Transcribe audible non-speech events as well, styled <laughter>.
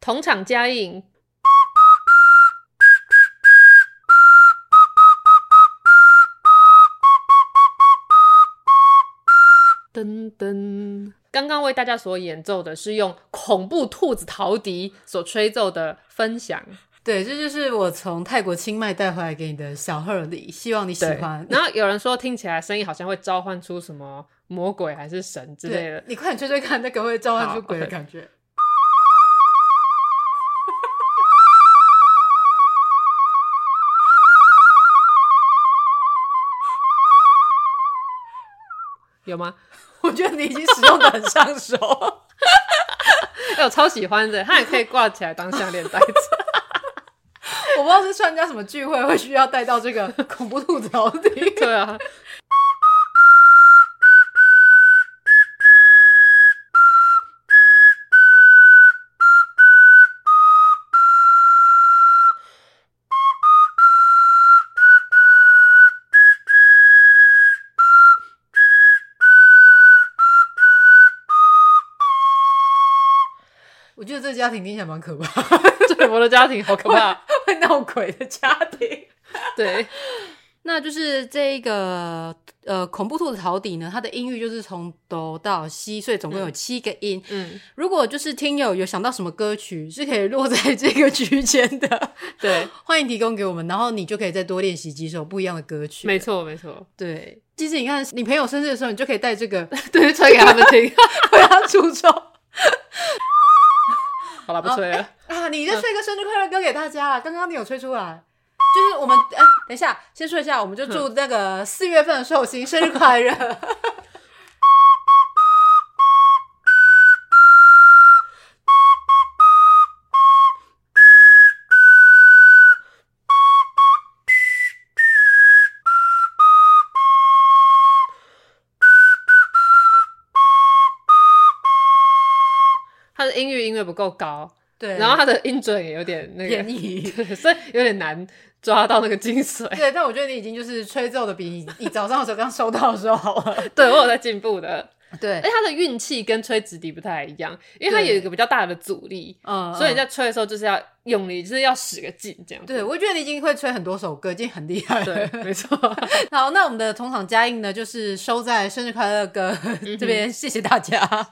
同场加映。噔噔，刚刚为大家所演奏的是用恐怖兔子陶笛所吹奏的《分享》。对，这就是我从泰国清迈带回来给你的小贺礼，希望你喜对欢。，然后有人说听起来声音好像会召唤出什么魔鬼还是神之类的对，，你快点吹吹看，那个会召唤好出鬼的感觉。有吗？我觉得你已经使用的很上手。 <laughs> 哎、我超喜欢的，它也可以挂起来当项链戴着。 <laughs> 我不知道是参加什么聚会会需要带到这个恐怖吐槽的。对啊。 <laughs> 我觉得这家庭听起来蛮可怕，对，我的家庭好可怕。会闹鬼的家庭。对，那就是这个呃恐怖兔的陶笛呢，它的音域就是从哆到西，所以总共有七个音。嗯，如果就是听友有想到什么歌曲是可以落在这个区间的，对，欢迎提供给我们，然后你就可以再多练习几首不一样的歌曲。没错，没错， <laughs> 对，其实你看你朋友生日的时候，你就可以带这个对，吹给他们听。回他出周 <laughs> 好 <laughs> 了，不吹了。啊，你再吹个生日快乐歌给大家啦。刚刚你有吹出来。就是我们哎、等一下，先说一下，我们就祝那个四月份的寿星生日快乐。 <laughs> 他的音域音乐不够高，对，然后他的音准也有点那便个， <laughs> 宜。对，所以有点难抓到那个精髓。对，但我觉得你已经就是吹奏的比你你早上的时候刚收到的时候好 <laughs> 了。 <laughs> 对我有在进步的，对而且，他的运气跟吹直笛不太一样，因为他对有一个比较大的阻力，嗯所以你在吹的时候就是要用力，就是要使个劲这样子。对，我觉得你已经会吹很多首歌，已经很厉害了。对，没错。 <laughs> 好，那我们的同场加映呢，就是收在生日快乐歌这边，谢谢大家。